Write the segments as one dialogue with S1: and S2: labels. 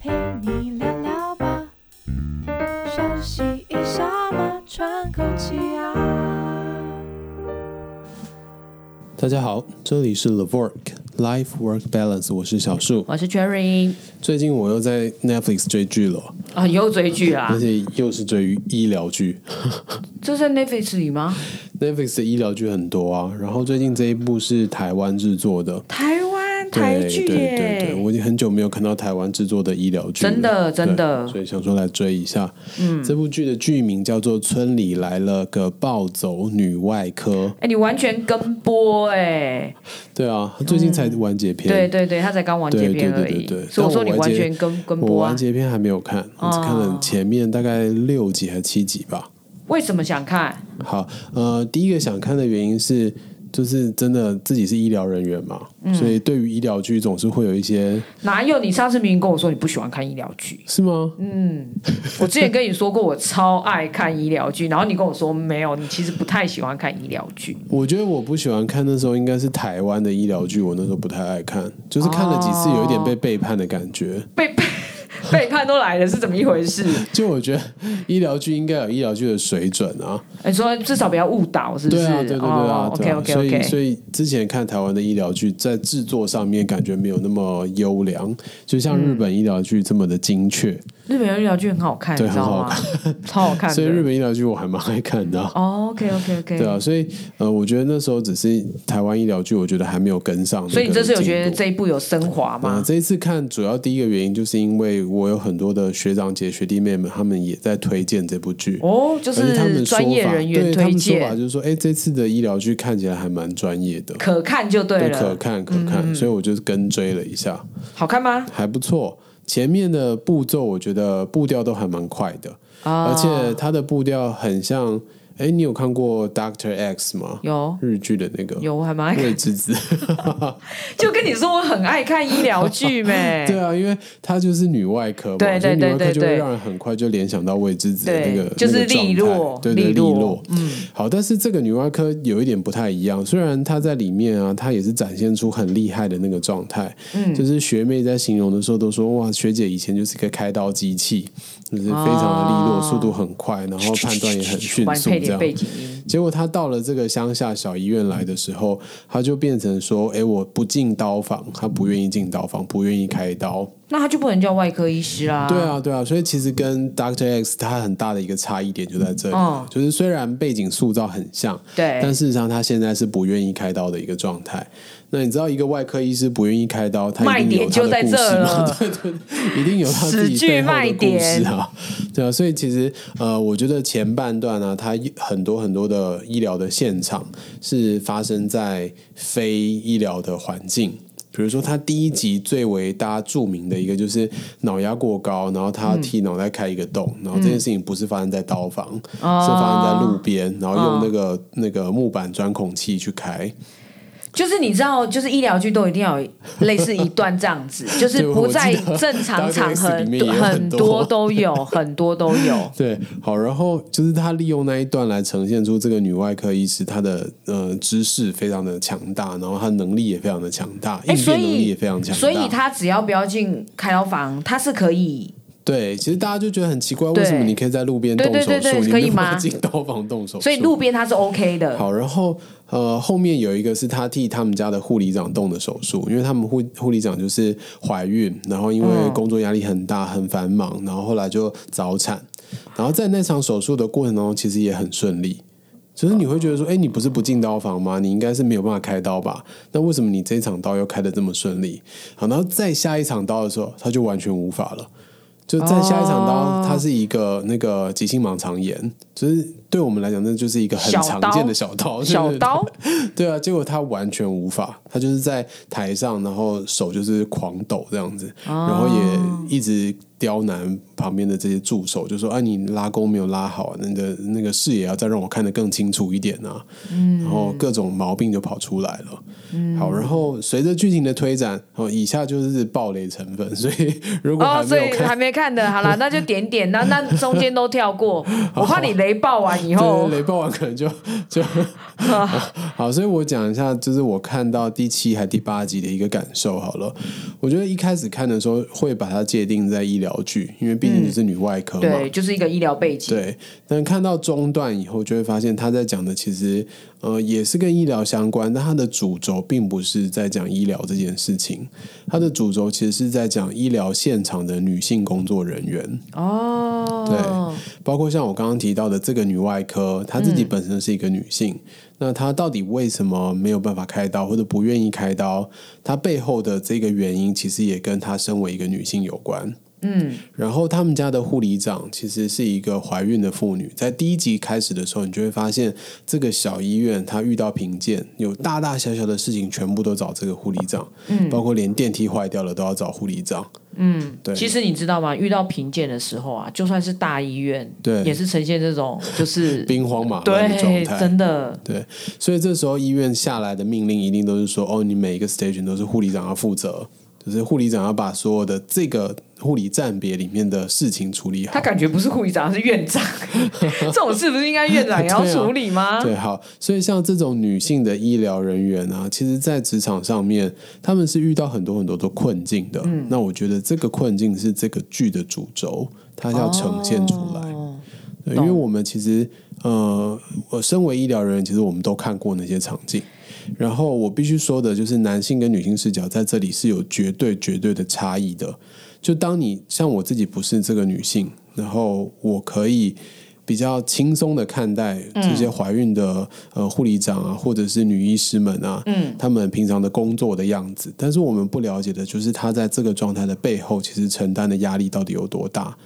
S1: 陪你聊聊吧，休息一下嘛，喘口气啊。
S2: 大家好，这里是 The Work Life Work Balance，我是小树。
S3: 我是 Jerry
S2: 最近我又在 Netflix 追剧了，
S3: 啊，又追剧啦
S2: 而，且又是追医疗剧。
S3: 这在 Netflix 里吗？
S2: Netflix 的医疗剧很多啊，然后最近这一部是台湾制作的。
S3: 台湾台
S2: 对
S3: 剧
S2: 对对对，
S3: 耶，
S2: 我已经很久没有看到台湾制作的医疗剧了，
S3: 真的真的
S2: 对所以想说来追一下。嗯，这部剧的剧名叫做《村里来了个暴走女外科》。
S3: 哎，你完全跟播哎，
S2: 对啊，它最近才完结篇。
S3: 对对对，他才刚完结
S2: 对对
S3: 篇
S2: 对
S3: 而
S2: 对
S3: 已
S2: 对，，
S3: 所以我说
S2: 但
S3: 你完
S2: 完结
S3: 全跟跟
S2: 我
S3: 播
S2: 完
S3: 啊。哦
S2: 结篇还没有看，我只看了前面大概六集还七集吧。
S3: 为什么想看？
S2: 好，呃，第一个想看的原因是，就是真的自己是医疗人员嘛，
S3: 嗯
S2: 所以对于医疗剧总是会有一些
S3: 哪有你上次明明跟我说你不喜欢看医疗 剧？
S2: 是吗？
S3: 嗯我之前跟你说过我超爱看医疗剧，然后你跟我说没有，你其实不太喜欢看医疗剧。
S2: 我觉得我不喜欢看那时候应该是台湾的医疗剧，我那时候不太爱看，就是看了几次有一
S3: 哦
S2: 点被背叛的感觉。
S3: 背背背叛都来了是怎么一回事？
S2: 就我觉得医疗剧应该有医疗剧的水准啊，
S3: 你说至少不要误导，是不是？
S2: 对啊，对对对啊，
S3: 哦
S2: 对
S3: ，OK
S2: 啊
S3: OK
S2: 所以
S3: OK。
S2: 所以之前看台湾的医疗剧，在制作上面感觉没有那么优良，就像日本医疗剧这么的精确，
S3: 日本人医疗剧很好看，
S2: 对
S3: 你知道吗？ 超好看的。
S2: 所以日本医疗剧我还蛮爱看的啊、
S3: 哦，OK OK OK。
S2: 对啊，所以呃，我觉得那时候只是台湾医疗剧，我觉得还没有跟上那个进度。
S3: 所以你这次有觉得这一部有升华
S2: 啊、
S3: 吗？
S2: 这一次看主要第一个原因，就是因为我有很多的学长姐、学弟妹们，他们也在推荐这部剧。
S3: 哦，就
S2: 而且他们
S3: 是
S2: 的说
S3: 专业
S2: 法
S3: 人员
S2: 对他
S3: 推
S2: 们说法
S3: 荐，
S2: 就是说，哎，这次的医疗剧看起来还蛮专业的，
S3: 可看就对
S2: 对，可
S3: 了。嗯
S2: 看可看，所以我就是跟追了一下，
S3: 好看吗？
S2: 还不错。前面的步骤我觉得步调都还蛮快的，
S3: 啊
S2: 而且它的步调很像，哎，你有看过 Doctor X 吗？
S3: 有
S2: 日剧的那个
S3: 有，我还蛮爱看。
S2: 未知子，
S3: 就跟你说，我很爱看医 疗剧没？
S2: 对啊，因为她就是女外科嘛，
S3: 对对
S2: 所以女外科
S3: 对对
S2: 就会
S3: 对
S2: 让人很快就联想到未知子的
S3: 对
S2: 那个，
S3: 就
S2: 那个
S3: 是
S2: 状态
S3: 利落
S2: 对对利
S3: 利落
S2: 嗯，好，但是这个女外科有一点不太一样，虽然她在里面啊，她也是展现出很厉害的那个状态，嗯，就是学妹在形容的时候都说哇，学姐以前就是一个开刀机器，就是非常的利落，
S3: 哦
S2: 速度很快，然后判断也很迅
S3: 帮你
S2: 速，
S3: 配
S2: 这
S3: 点
S2: 样。
S3: 背景音。
S2: 结果他到了这个乡下小医院来的时候，他就变成说：“哎，我不进刀房，他不愿意进刀房，不愿意开刀。
S3: 那他就不能叫外科医师啦。
S2: 对，啊，对啊，所以其实跟 Doctor X 他很大的一个差异点就在这里，
S3: 哦
S2: 就是虽然背景塑造很像，但
S3: 对，
S2: 事实上他现在是不愿意开刀的一个状态。那你知道一个外科医师不愿意开刀，他
S3: 卖
S2: 一定有
S3: 点
S2: 他
S3: 就
S2: 的
S3: 在
S2: 故
S3: 这
S2: 事嘛？
S3: 了。
S2: 一定有他自己背后的故事啊，对啊，所以其实呃，我觉得前半段呢、它很多很多的医疗的现场是发生在非医疗的环境。比如说，他第一集最为大家著名的一个就是脑压过高，然后他替脑袋开一个洞，然后这件事情不是发生在刀房，是发生在路边，然后用那个、那个木板钻孔器去开。
S3: 就是你知道，就是医疗剧都一定要有类似一段这 样子，就是
S2: 对
S3: 不在
S2: 我知道
S3: 正常场
S2: WS
S3: 合
S2: 里面也有很
S3: 很
S2: 多
S3: 多都有，很多都 有。
S2: 对，好，然后就是他利用那一段来呈现出这个女外科医师她的呃知识非常的强大，然后她能力也非常的强大，
S3: 哎，
S2: 应
S3: 所
S2: 变能力也
S3: 以
S2: 非常强大。
S3: 所以他只要不要进开刀房，他是可以
S2: 对，其实大家就觉得很奇怪，为什么
S3: 对
S2: 你可以在路边动
S3: 对
S2: 手
S3: 对
S2: 术，
S3: 对对
S2: 你
S3: 可
S2: 没
S3: 以
S2: 有办法
S3: 吗
S2: 进刀房动手术？
S3: 所以路边他是 OK 的。
S2: 好，然后呃，后面有一个是他替他们家的护理长动的手术，因为他们护护理长就是怀孕，然后因为工作压力很大，很繁忙，然后后来就早产，然后在那场手术的过程当中，其实也很顺利。就是你会觉得说，哎、你不是不进刀房吗？你应该是没有办法开刀吧？那为什么你这一场刀又开的这么顺利？好，然后再下一场刀的时候，他就完全无法了。就在下一场刀，
S3: 哦
S2: 它是一个那个急性盲肠炎，就是对我们来讲，那就是一个很
S3: 小
S2: 常
S3: 刀
S2: 见的小刀，对
S3: 小刀，
S2: 对啊，结果他完全无法，他就是在台上，然后手就是狂抖这样子，
S3: 哦
S2: 然后也一直刁难旁边的这些助手，就说：“啊，你拉弓没有拉好啊，那个那个视野要再让我看得更清楚一点啊。”嗯，然后各种毛病就跑出来了。嗯，好，然后随着剧情的推展，哦，以下就是暴雷成分，所以如果还
S3: 哦，所
S2: 没有
S3: 以
S2: 看。
S3: 还没 看的，好啦，那就点点，那那中间都跳过，我怕你雷爆完以
S2: 对
S3: 后
S2: 雷暴完可能就就好，所以我讲一下，就是我看到第七还第八集的一个感受好了。我觉得一开始看的时候会把它界定在医疗剧，因为毕竟就是女外科嘛。
S3: 对，就是一个医疗背景。
S2: 对，但看到中段以后，就会发现他在讲的其实呃也是跟医疗相关，但他的主轴并不是在讲医疗这件事情，他的主轴其实是在讲医疗现场的女性工作人员，
S3: 哦，
S2: 包括像我刚刚提到的这个女外科，她自己
S3: 嗯
S2: 本身是一个女性，那她到底为什么没有办法开刀或者不愿意开刀？她背后的这个原因其实也跟她身为一个女性有关。
S3: 嗯，
S2: 然后他们家的护理长其实是一个怀孕的妇女，在第一集开始的时候，你就会发现这个小医院她遇到贫贱，有大大小小的事情全部都找这个护理长，嗯，包括连电梯坏掉了都要找护理长，嗯，对，
S3: 其实你知道吗？遇到贫贱的时候啊，就算是大医院，
S2: 对
S3: 也是呈现这种 就是
S2: 兵荒马乱的状
S3: 对，
S2: 态，
S3: 真的，
S2: 对，所以这时候医院下来的命令一定都是说，哦，你每一个 station 都是护理长要负责，就是护理长要把所有的这个护理站别里面的事情处理好
S3: 他。感觉不是护理长，他是院 长。这种事不是应该院长也要
S2: 对啊
S3: 处理吗？
S2: 对，好，所以像这种女性的医疗人员啊，其实，在职场上面，他们是遇到很多很多的困境的。那我觉得这个困境是这个剧的主轴，它要呈现出来。
S3: 哦
S2: 对因
S3: 懂
S2: 为我们其实，呃，我身为医疗人员，其实我们都看过那些场景。然后我必须说的就是，男性跟女性视角在这里是有绝对绝对的差异的。就当你像我自己不是这个女性，然后我可以比较轻松的看待这些怀孕的、呃护理长啊，或者是女医师们啊，嗯，他们平常的工作的样子。但是我们不了解的就是，她在这个状态的背后，其实承担的压力到底有多大。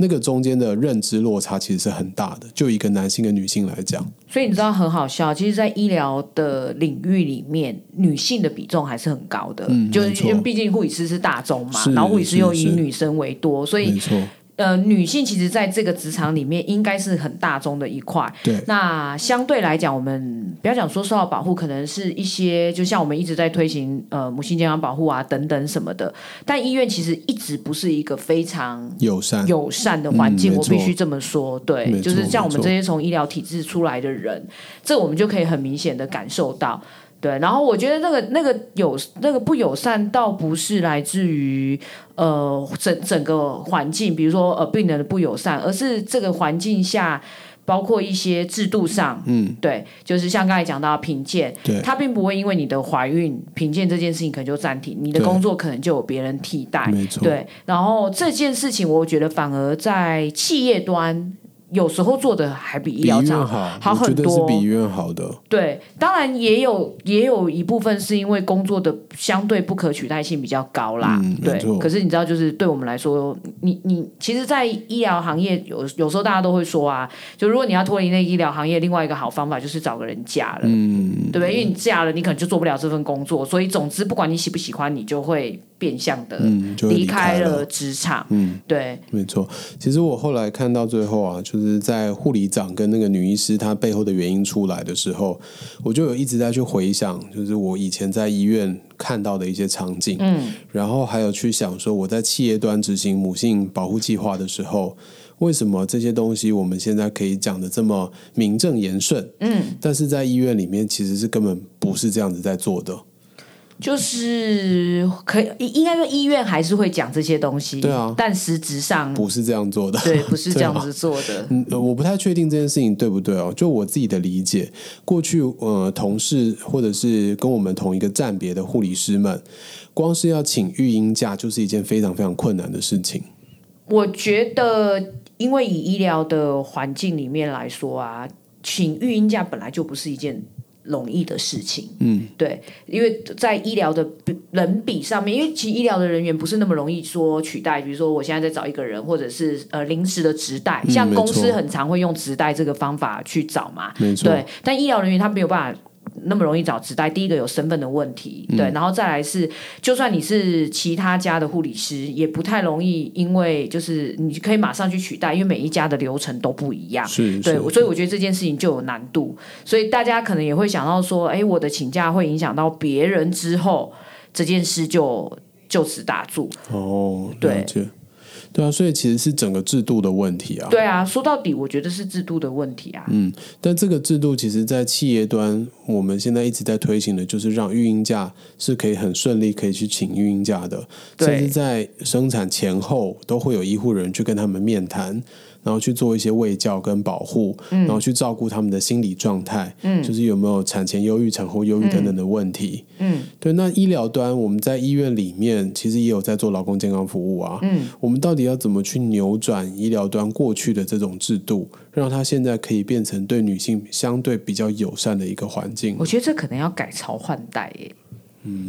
S2: 那个中间的认知落差其实是很大的，就一个男性跟女性来讲，
S3: 所以你知道很好笑，其实，在医疗的领域里面，女性的比重还是很高的，
S2: 嗯
S3: 就
S2: 没
S3: 是
S2: 错
S3: 因为毕竟护理师是大众嘛
S2: 是，
S3: 然后护理师又以
S2: 是是嗯
S3: 女生为多，所
S2: 没
S3: 以
S2: 错，
S3: 呃，女性其实在这个职场里面应该是很大众的一块。
S2: 对，
S3: 那相对来讲，我们不要讲说受到保护，可能是一些就像我们一直在推行呃母性健康保护啊等等什么的，但医院其实一直不是一个非常
S2: 友善，
S3: 友善的环境，
S2: 嗯没
S3: 我
S2: 错
S3: 必须这么说。对，
S2: 没错
S3: 就是像我们
S2: 没错
S3: 这些从医疗体制出来的人，这我们就可以很明显的感受到。对，然后我觉得那个那个友那个不友善，倒不是来自于呃整整个环境，比如说呃病人的不友善，而是这个环境下包括一些制度上，
S2: 嗯，
S3: 对，就是像刚才讲到贫贱，
S2: 对，
S3: 它并不会因为你的怀孕贫贱这件事情可能就暂停，你的
S2: 对
S3: 工作可能就有别人替代，
S2: 没错，
S3: 对，然后这件事情，我觉得反而在企业端有时候做的还比
S2: 比
S3: 医
S2: 医
S3: 疗
S2: 院
S3: 差。
S2: 好，
S3: 好
S2: 我觉
S3: 很
S2: 得是
S3: 多
S2: 比医院好的，
S3: 对，当然也有也有一部分是因为工作的相对不可取代性比较高啦。
S2: 嗯没
S3: 对
S2: 错，
S3: 可是你知道，就是对我们来说，你你其实，在医疗行业有有时候大家都会说啊，就如果你要脱离那医疗行业，另外一个好方法就是找个人嫁了。
S2: 嗯，
S3: 对不对？因为你嫁了，你可能就做不了这份工作，所以总之，不管你喜不喜欢，你就会变相的
S2: 嗯，就会
S3: 离
S2: 开
S3: 开了，职场。
S2: 嗯，
S3: 对，
S2: 没错。其实我后来看到最后啊，就是在护理长跟那个女医师她背后的原因出来的时候，我就有一直在去回想，就是我以前在医院看到的一些场景，
S3: 嗯，
S2: 然后还有去想说，我在企业端执行母性保护计划的时候，为什么这些东西我们现在可以讲的这么名正言顺？
S3: 嗯，
S2: 但是在医院里面其实是根本不是这样子在做的。
S3: 就是可以，应应该说医院还是会讲这些东西，
S2: 对啊
S3: 但实质上
S2: 不是这样做的，
S3: 对不是这样
S2: 对啊
S3: 子做的，
S2: 嗯，呃我不太确定这件事情对不对哦。就我自己的理解，过去呃，同事或者是跟我们同一个站别的护理师们，光是要请育婴假就是一件非常非常困难的事情。
S3: 我觉得，因为以医疗的环境里面来说啊，请育婴假本来就不是一件容易的事情。嗯，对，因为在医疗的比人比上面，因为其实医疗的人员不是那么容易说取代。比如说，我现在在找一个人，或者是呃临时的职代，
S2: 嗯
S3: 像
S2: 没
S3: 公
S2: 错
S3: 司很常会用职代这个方法去找嘛。
S2: 没错，
S3: 对，但医疗人员他没有办法。那么容易找职代，第一个有身份的问题，对，
S2: 嗯
S3: 然后再来是，就算你是其他家的护理师，也不太容易，因为就是你可以马上去取代，因为每一家的流程都不一样，
S2: 是，
S3: 啊对，
S2: 是
S3: 所以我觉得这件事情就有难度，所以大家可能也会想到说，哎，我的请假会影响到别人之后，这件事就就此打住，
S2: 哦，了
S3: 对
S2: 解。对啊，所以其实是整个制度的问题啊。
S3: 对啊，说到底，我觉得是制度的问题啊。
S2: 但这个制度其实，在企业端，我们现在一直在推行的，就是让育婴假是可以很顺利可以去请育婴假的，
S3: 对
S2: 甚至在生产前后都会有医护人员去跟他们面谈。然后去做一些卫教跟保护，然后去照顾他们的心理状态，就是有没有产前忧郁、产后忧郁等等的问题。
S3: 嗯，
S2: 对。那医疗端，我们在医院里面其实也有在做劳工健康服务啊。
S3: 嗯，
S2: 我们到底要怎么去扭转医疗端过去的这种制度，让它现在可以变成对女性相对比较友善的一个环境
S3: 我？觉得这可能要改朝换代耶。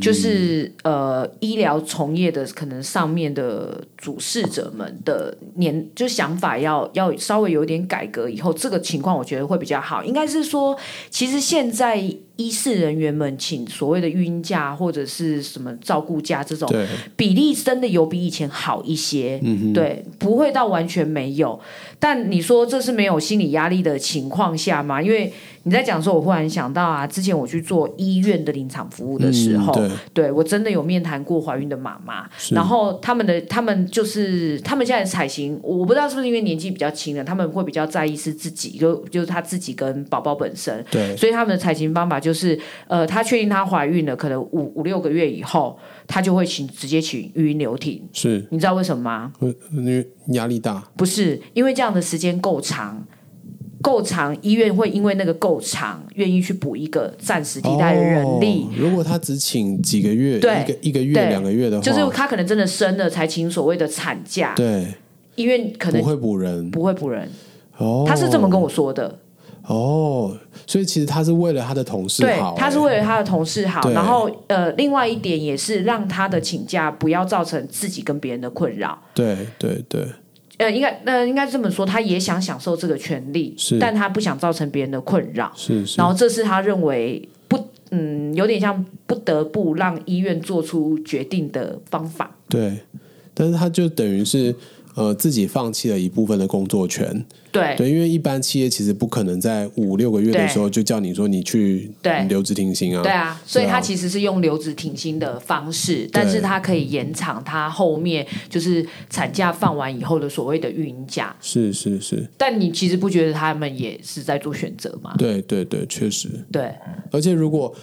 S3: 就是呃，医疗从业的可能上面的主事者们的年就想法要要稍微有点改革，以后这个情况我觉得会比较好。应该是说，其实现在医事人员们请所谓的孕假或者是什么照顾假这种，
S2: 对，
S3: 比例真的有比以前好一些，
S2: 嗯
S3: 对，不会到完全没有。但你说这是没有心理压力的情况下吗？因为你在讲的时候，我忽然想到啊，之前我去做医院的临场服务的时候，
S2: 嗯、
S3: 对我真的有面谈过怀孕的妈妈，
S2: 是
S3: 然后他们的他们就是他们现在采行，我不知道是不是因为年纪比较轻了，他们会比较在意是自己，就就是他自己跟宝宝本身，
S2: 对对
S3: 所以他们的采行方法就是，呃，她确定她怀孕了，可能五五六个月以后，她就会请直接请育婴留停。
S2: 是，呃
S3: 你知道为什么吗？
S2: 因为压力大，
S3: 不是因为这样的时间够长，够长，医院会因为那个够长，愿意去补一个暂时替代的人力。
S2: 哦如果他只请几个月，
S3: 对
S2: 一个一个月、
S3: 对
S2: 两个月的话，
S3: 就是她可能真的生了才请所谓的产假，
S2: 哦对，
S3: 医院可能
S2: 不会补人
S3: 不会补人，
S2: 哦。
S3: 她是这么跟我说的。
S2: 哦，所以其实他是为了他的同事
S3: 对
S2: 好、，
S3: 他是
S2: 哎
S3: 为了他的同事好，
S2: 对
S3: 然后呃，另外一点也是让他的请假不要造成自己跟别人的困扰。
S2: 对对对
S3: 呃，应该呃，应该这么说，他也想享受这个权利
S2: 是，
S3: 但他不想造成别人的困扰，
S2: 是是
S3: 然后这是他认为不嗯，有点像不得不让医院做出决定的方法。
S2: 对，但是他就等于是呃自己放弃了一部分的工作权，
S3: 对啊
S2: 对，因为一般企业其实不可能在五六个月的
S3: 对
S2: 时候就叫你说你去
S3: 对
S2: 留职停薪啊，
S3: 对啊，所以
S2: 对啊
S3: 他其实是用留职停薪的方式，但是他可以延长他后面就是产假放完以后的所谓的孕假。
S2: 是是是，
S3: 但你其实不觉得他们也是在做选择吗？
S2: 对对对，确实。
S3: 对
S2: 而且如果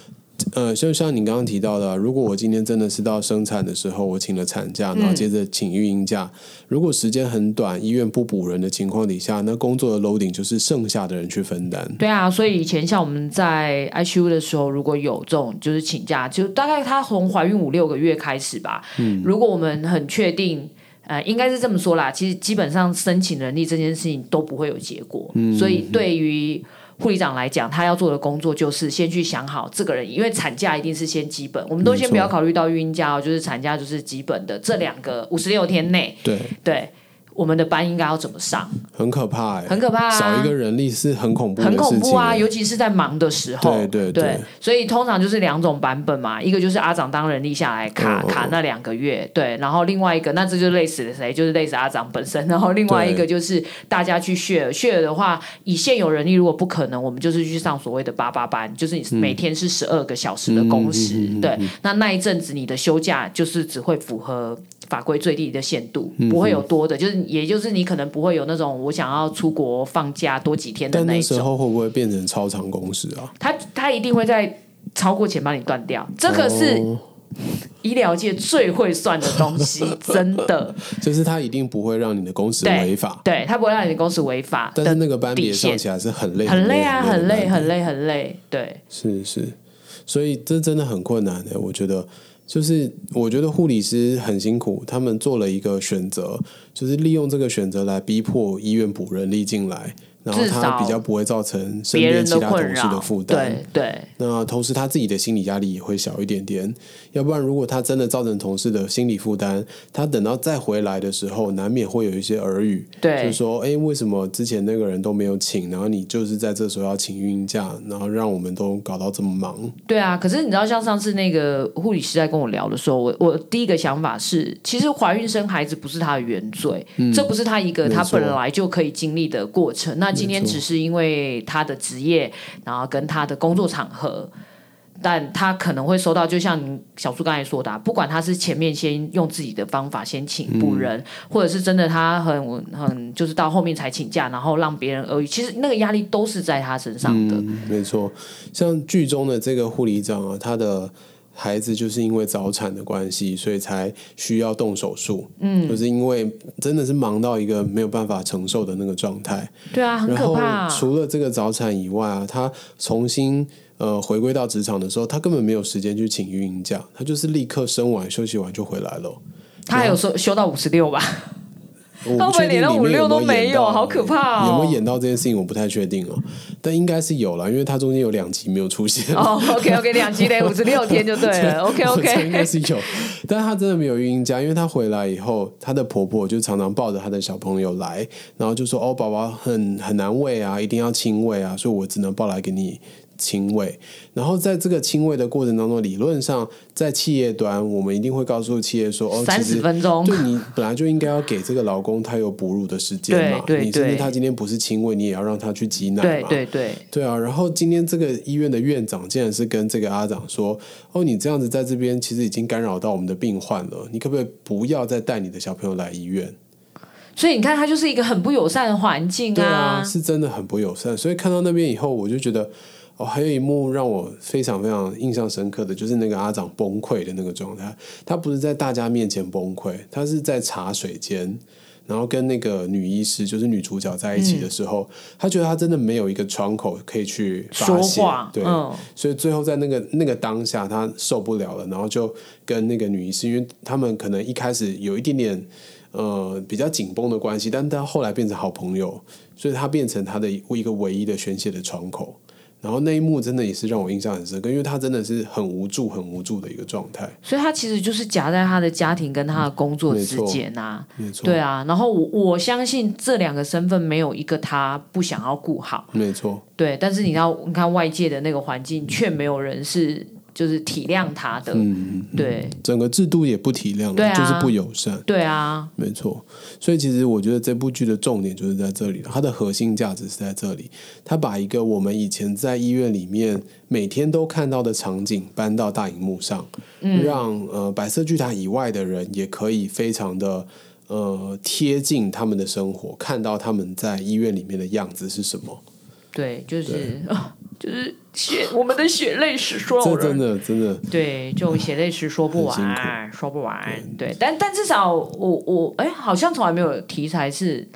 S2: 呃，就像你刚刚提到的啊，如果我今天真的是到生产的时候，我请了产
S3: 嗯
S2: 假，然后接着请育婴假，如果时间很短，医院不补人的情况底下，那工作的 loading 就是剩下的人去分担。
S3: 对啊，所以以前像我们在 ICU 的时候，如果有这种就是请假，就大概她从怀孕五六个月开始吧。嗯，如果我们很确定。呃，应该是这么说啦。其实基本上申请人力这件事情都不会有结果，
S2: 嗯
S3: 所以对于护理长来讲，他要做的工作就是先去想好这个人，因为产假一定是先基本，我们都
S2: 没
S3: 先不要
S2: 错
S3: 考虑到孕假哦，就是产假就是基本的这两个五十六天内，
S2: 对，
S3: 对我们的班应该要怎么上，
S2: 很可怕、欸，
S3: 很可怕、啊，
S2: 少一个人力是很恐怖的
S3: 很
S2: 事情、
S3: 恐怖啊，
S2: 欸
S3: 尤其是在忙的时候。
S2: 对对对
S3: 所以通常就是两种版本嘛，一个就是阿长当人力下来卡、
S2: 嗯
S3: 卡那两个月，对，然后另外一个那这就累死了谁，就是累死阿长本身，然后另外一
S2: 对
S3: 个就是大家去 share share 的话，以现有人力如果不可能，我们就是去上所谓的八八班，就是你每天是十二个小时的工
S2: 嗯
S3: 时，对，那那一阵子你的休假就是只会符合。法规最低的限度
S2: 嗯
S3: 不会有多的，就是也就是你可能不会有那种我想要出国放假多几天的
S2: 但
S3: 那
S2: 那
S3: 一
S2: 时
S3: 种。
S2: 候会不会变成超长工时啊？
S3: 他他一定会在超过钱帮你断掉，这个是
S2: 哦
S3: 医疗界最会算的 东西，真的。
S2: 就是他一定不会让你的工时
S3: 对
S2: 违法，
S3: 对他不会让你的公司违法
S2: 但是
S3: 的，
S2: 那个班别
S3: 底线
S2: 上起来是很累，
S3: 很累啊，很累，
S2: 的班别
S3: 很累，很累。对，
S2: 是是，所以这真的很困难的、欸我觉得，就是我觉得护理师很辛苦，他们做了一个选择，就是利用这个选择来逼迫医院补人力进来，然后
S3: 至
S2: 他
S3: 少
S2: 比较不会造成身
S3: 别
S2: 边
S3: 人
S2: 其
S3: 的
S2: 他同
S3: 困
S2: 事
S3: 扰
S2: 的负担。
S3: 对对
S2: 那同时他自己的心理压力也会小一点点，要不然如果他真的造成同事的心理负担，他等到再回来的时候，难免会有一些耳语，就
S3: 对
S2: 是说，哎，为什么之前那个人都没有请，然后你就是在这时候要请孕假，然后让我们都搞到这么忙？
S3: 对啊！可是你知道，像上次那个护理师在跟我聊的时候，我我第一个想法是，其实怀孕生孩子不是他的原罪，这不是他一个
S2: 嗯没
S3: 他
S2: 错
S3: 本来就可以经历的过程。那今天
S2: 没错
S3: 只是因为他的职业，然后跟他的工作场合。但他可能会收到，就像你小苏刚才说的、啊，不管他是前面先用自己的方法先请
S2: 嗯
S3: 补人，或者是真的他很很就是到后面才请假，然后让别人耳语，其实那个压力都是在他身上的。
S2: 嗯，没错。像剧中的这个护理长啊，他的孩子就是因为早产的关系，所以才需要动手术。嗯，就是因为真的是忙到一个没有办法承受的那个状态。
S3: 对啊，很
S2: 然
S3: 可
S2: 后
S3: 怕、啊。
S2: 除了这个早产以外啊，他重新呃回归到职场的时候，他根本没有时间去请育婴假，他就是立刻生完休息完就回来了。
S3: 他还有说修到五十六吧？
S2: 我不
S3: 他
S2: 确
S3: 们
S2: 定
S3: 连
S2: 里
S3: 到
S2: 面有
S3: 56都没
S2: 没
S3: 有
S2: 有演到
S3: 好可怕哦
S2: 有没有演到这件事情我不太确定哦，但应该是有了，因为它中间有两集没有出现。
S3: 哦，OK OK，两集得五十六天就对 了。OK
S2: 我猜
S3: OK，
S2: 应该是有，但她真的没有育婴假，因为她回来以后，她的婆婆就常常抱着她的小朋友来，然后就说：“哦，宝宝很很难喂啊，一定要亲喂啊，所以我只能抱来给你亲喂。”然后在这个亲喂的过程当中，理论上在企业端，我们一定会告诉企业说：“哦，
S3: 三
S2: 其
S3: 十
S2: 实
S3: 分钟。
S2: 就你本来就应该要给这个劳工他有哺乳的时间嘛，
S3: 对对
S2: 你甚
S3: 对
S2: 至他今天不是亲喂，你也要让他去挤奶
S3: 对
S2: 嘛。
S3: 对对，
S2: 对啊，然后今天这个医院的院长竟然是跟这个阿长说：“哦，你这样子在这边其实已经干扰到我们的病患了，你可不可以不要再带你的小朋友来医院
S3: 所以你看，它就是一个很不友善的环？”境
S2: 对啊，是真的很不友善。所以看到那边以后，我就觉得哦，还有一幕让我非常非常印象深刻的就是那个阿长崩溃的那个状态。他不是在大家面前崩溃，他是在茶水间。然后跟那个女医师，就是女主角在一
S3: 嗯
S2: 起的时候，他觉得他真的没有一个窗口可以去发
S3: 说
S2: 泄，
S3: 话，
S2: 对，
S3: 嗯，
S2: 所以最后在那个那个当下，他受不了了，然后就跟那个女医师，因为他们可能一开始有一点点呃比较紧绷的关系，但他后来变成好朋友，所以他变成他的一个唯一的宣泄的窗口。然后那一幕真的也是让我印象很深刻，因为他真的是很无助、很无助的一个状态。
S3: 所以他其实就是夹在他的家庭跟他的工作之间啊，
S2: 没错，
S3: 对啊。然后我我相信这两个身份没有一个他不想要顾好，
S2: 没错，
S3: 对。但是你要你看外界的那个环境，却没有人是就是体谅他的，
S2: 嗯，
S3: 对
S2: 整个制度也不体谅了，
S3: 对啊
S2: 就是不友善。
S3: 对啊，
S2: 没错，所以其实我觉得这部剧的重点就是在这里了，它的核心价值是在这里。它把一个我们以前在医院里面每天都看到的场景搬到大荧幕上，
S3: 嗯
S2: 让呃白色巨塔以外的人也可以非常的呃贴近他们的生活，看到他们在医院里面的样子是什么。
S3: 对， 就是、啊就是血我们的血泪史说
S2: 这
S3: 我人
S2: 真的真的
S3: 对，就血泪史说不
S2: 很
S3: 完，说不完。对，但但至少我我哎，好像从来没有题材是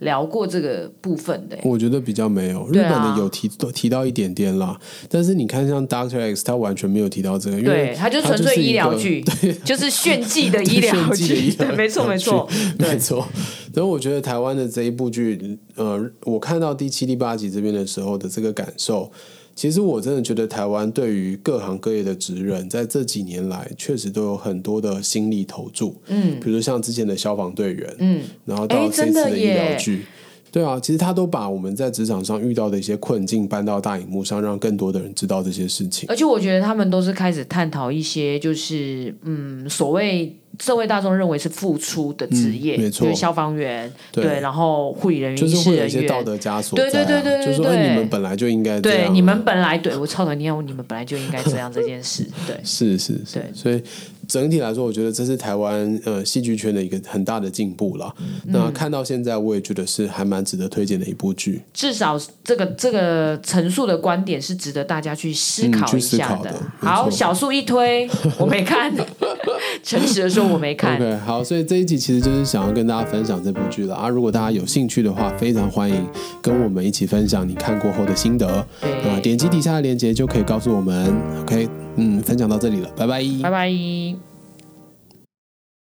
S3: 聊过这个部分的。欸
S2: 我觉得比较没有，日
S3: 对
S2: 本
S3: 啊
S2: 的有提都提到一点点啦，但是你看像 Doctor X，他完全没有提到这个，因
S3: 对
S2: 为，
S3: 它就
S2: 它
S3: 纯粹
S2: 是一
S3: 医疗
S2: 个
S3: 剧，就是炫技的医疗
S2: 炫技的
S3: 剧
S2: 医疗，
S3: 对没错没错，
S2: 没错。所以我觉得台湾的这一部剧，呃，我看到第七、第八集这边的时候的这个感受，其实我真的觉得台湾对于各行各业的职人，在这几年来确实都有很多的心力投注。嗯，比如像之前的消防队员，嗯，然后
S3: 哎
S2: 到这
S3: 真
S2: 次
S3: 的
S2: 的医疗
S3: 耶
S2: 剧。对啊，其实他都把我们在职场上遇到的一些困境搬到大荧幕上，让更多的人知道这些事情。
S3: 而且我觉得他们都是开始探讨一些，就是嗯，所谓社会大众认为是付出的职业，
S2: 嗯没错
S3: 就是消防员，
S2: 对
S3: 对，然后护理人员、
S2: 就
S3: 医
S2: 是
S3: 师
S2: 会有
S3: 人
S2: 一些道
S3: 员。
S2: 德枷锁在、
S3: 对
S2: 啊，
S3: 对对对对
S2: 就说、哎、
S3: 对
S2: 你们本来就应该这样
S3: 对，
S2: 啊，
S3: 你们本来对我超讨厌，你们本来就应该这样这件事，对。
S2: 是是是，
S3: 对
S2: 所以整体来说，我觉得这是台湾呃戏剧圈的一个很大的进步了。
S3: 嗯
S2: 那看到现在，我也觉得是还蛮值得推荐的一部剧，
S3: 至少这个这个陈述的观点是值得大家去思考一下
S2: 嗯去思考的没错
S3: 好，小树一推，我 没看，诚实的说我没看。
S2: OK，好，所以这一集其实就是想要跟大家分享这部剧了啊。如果大家有兴趣的话，非常欢迎跟我们一起分享你看过后的心得。那、
S3: 对，
S2: 点击底下的链接就可以告诉我们。OK，嗯，分享到这里了，拜拜
S3: 拜拜。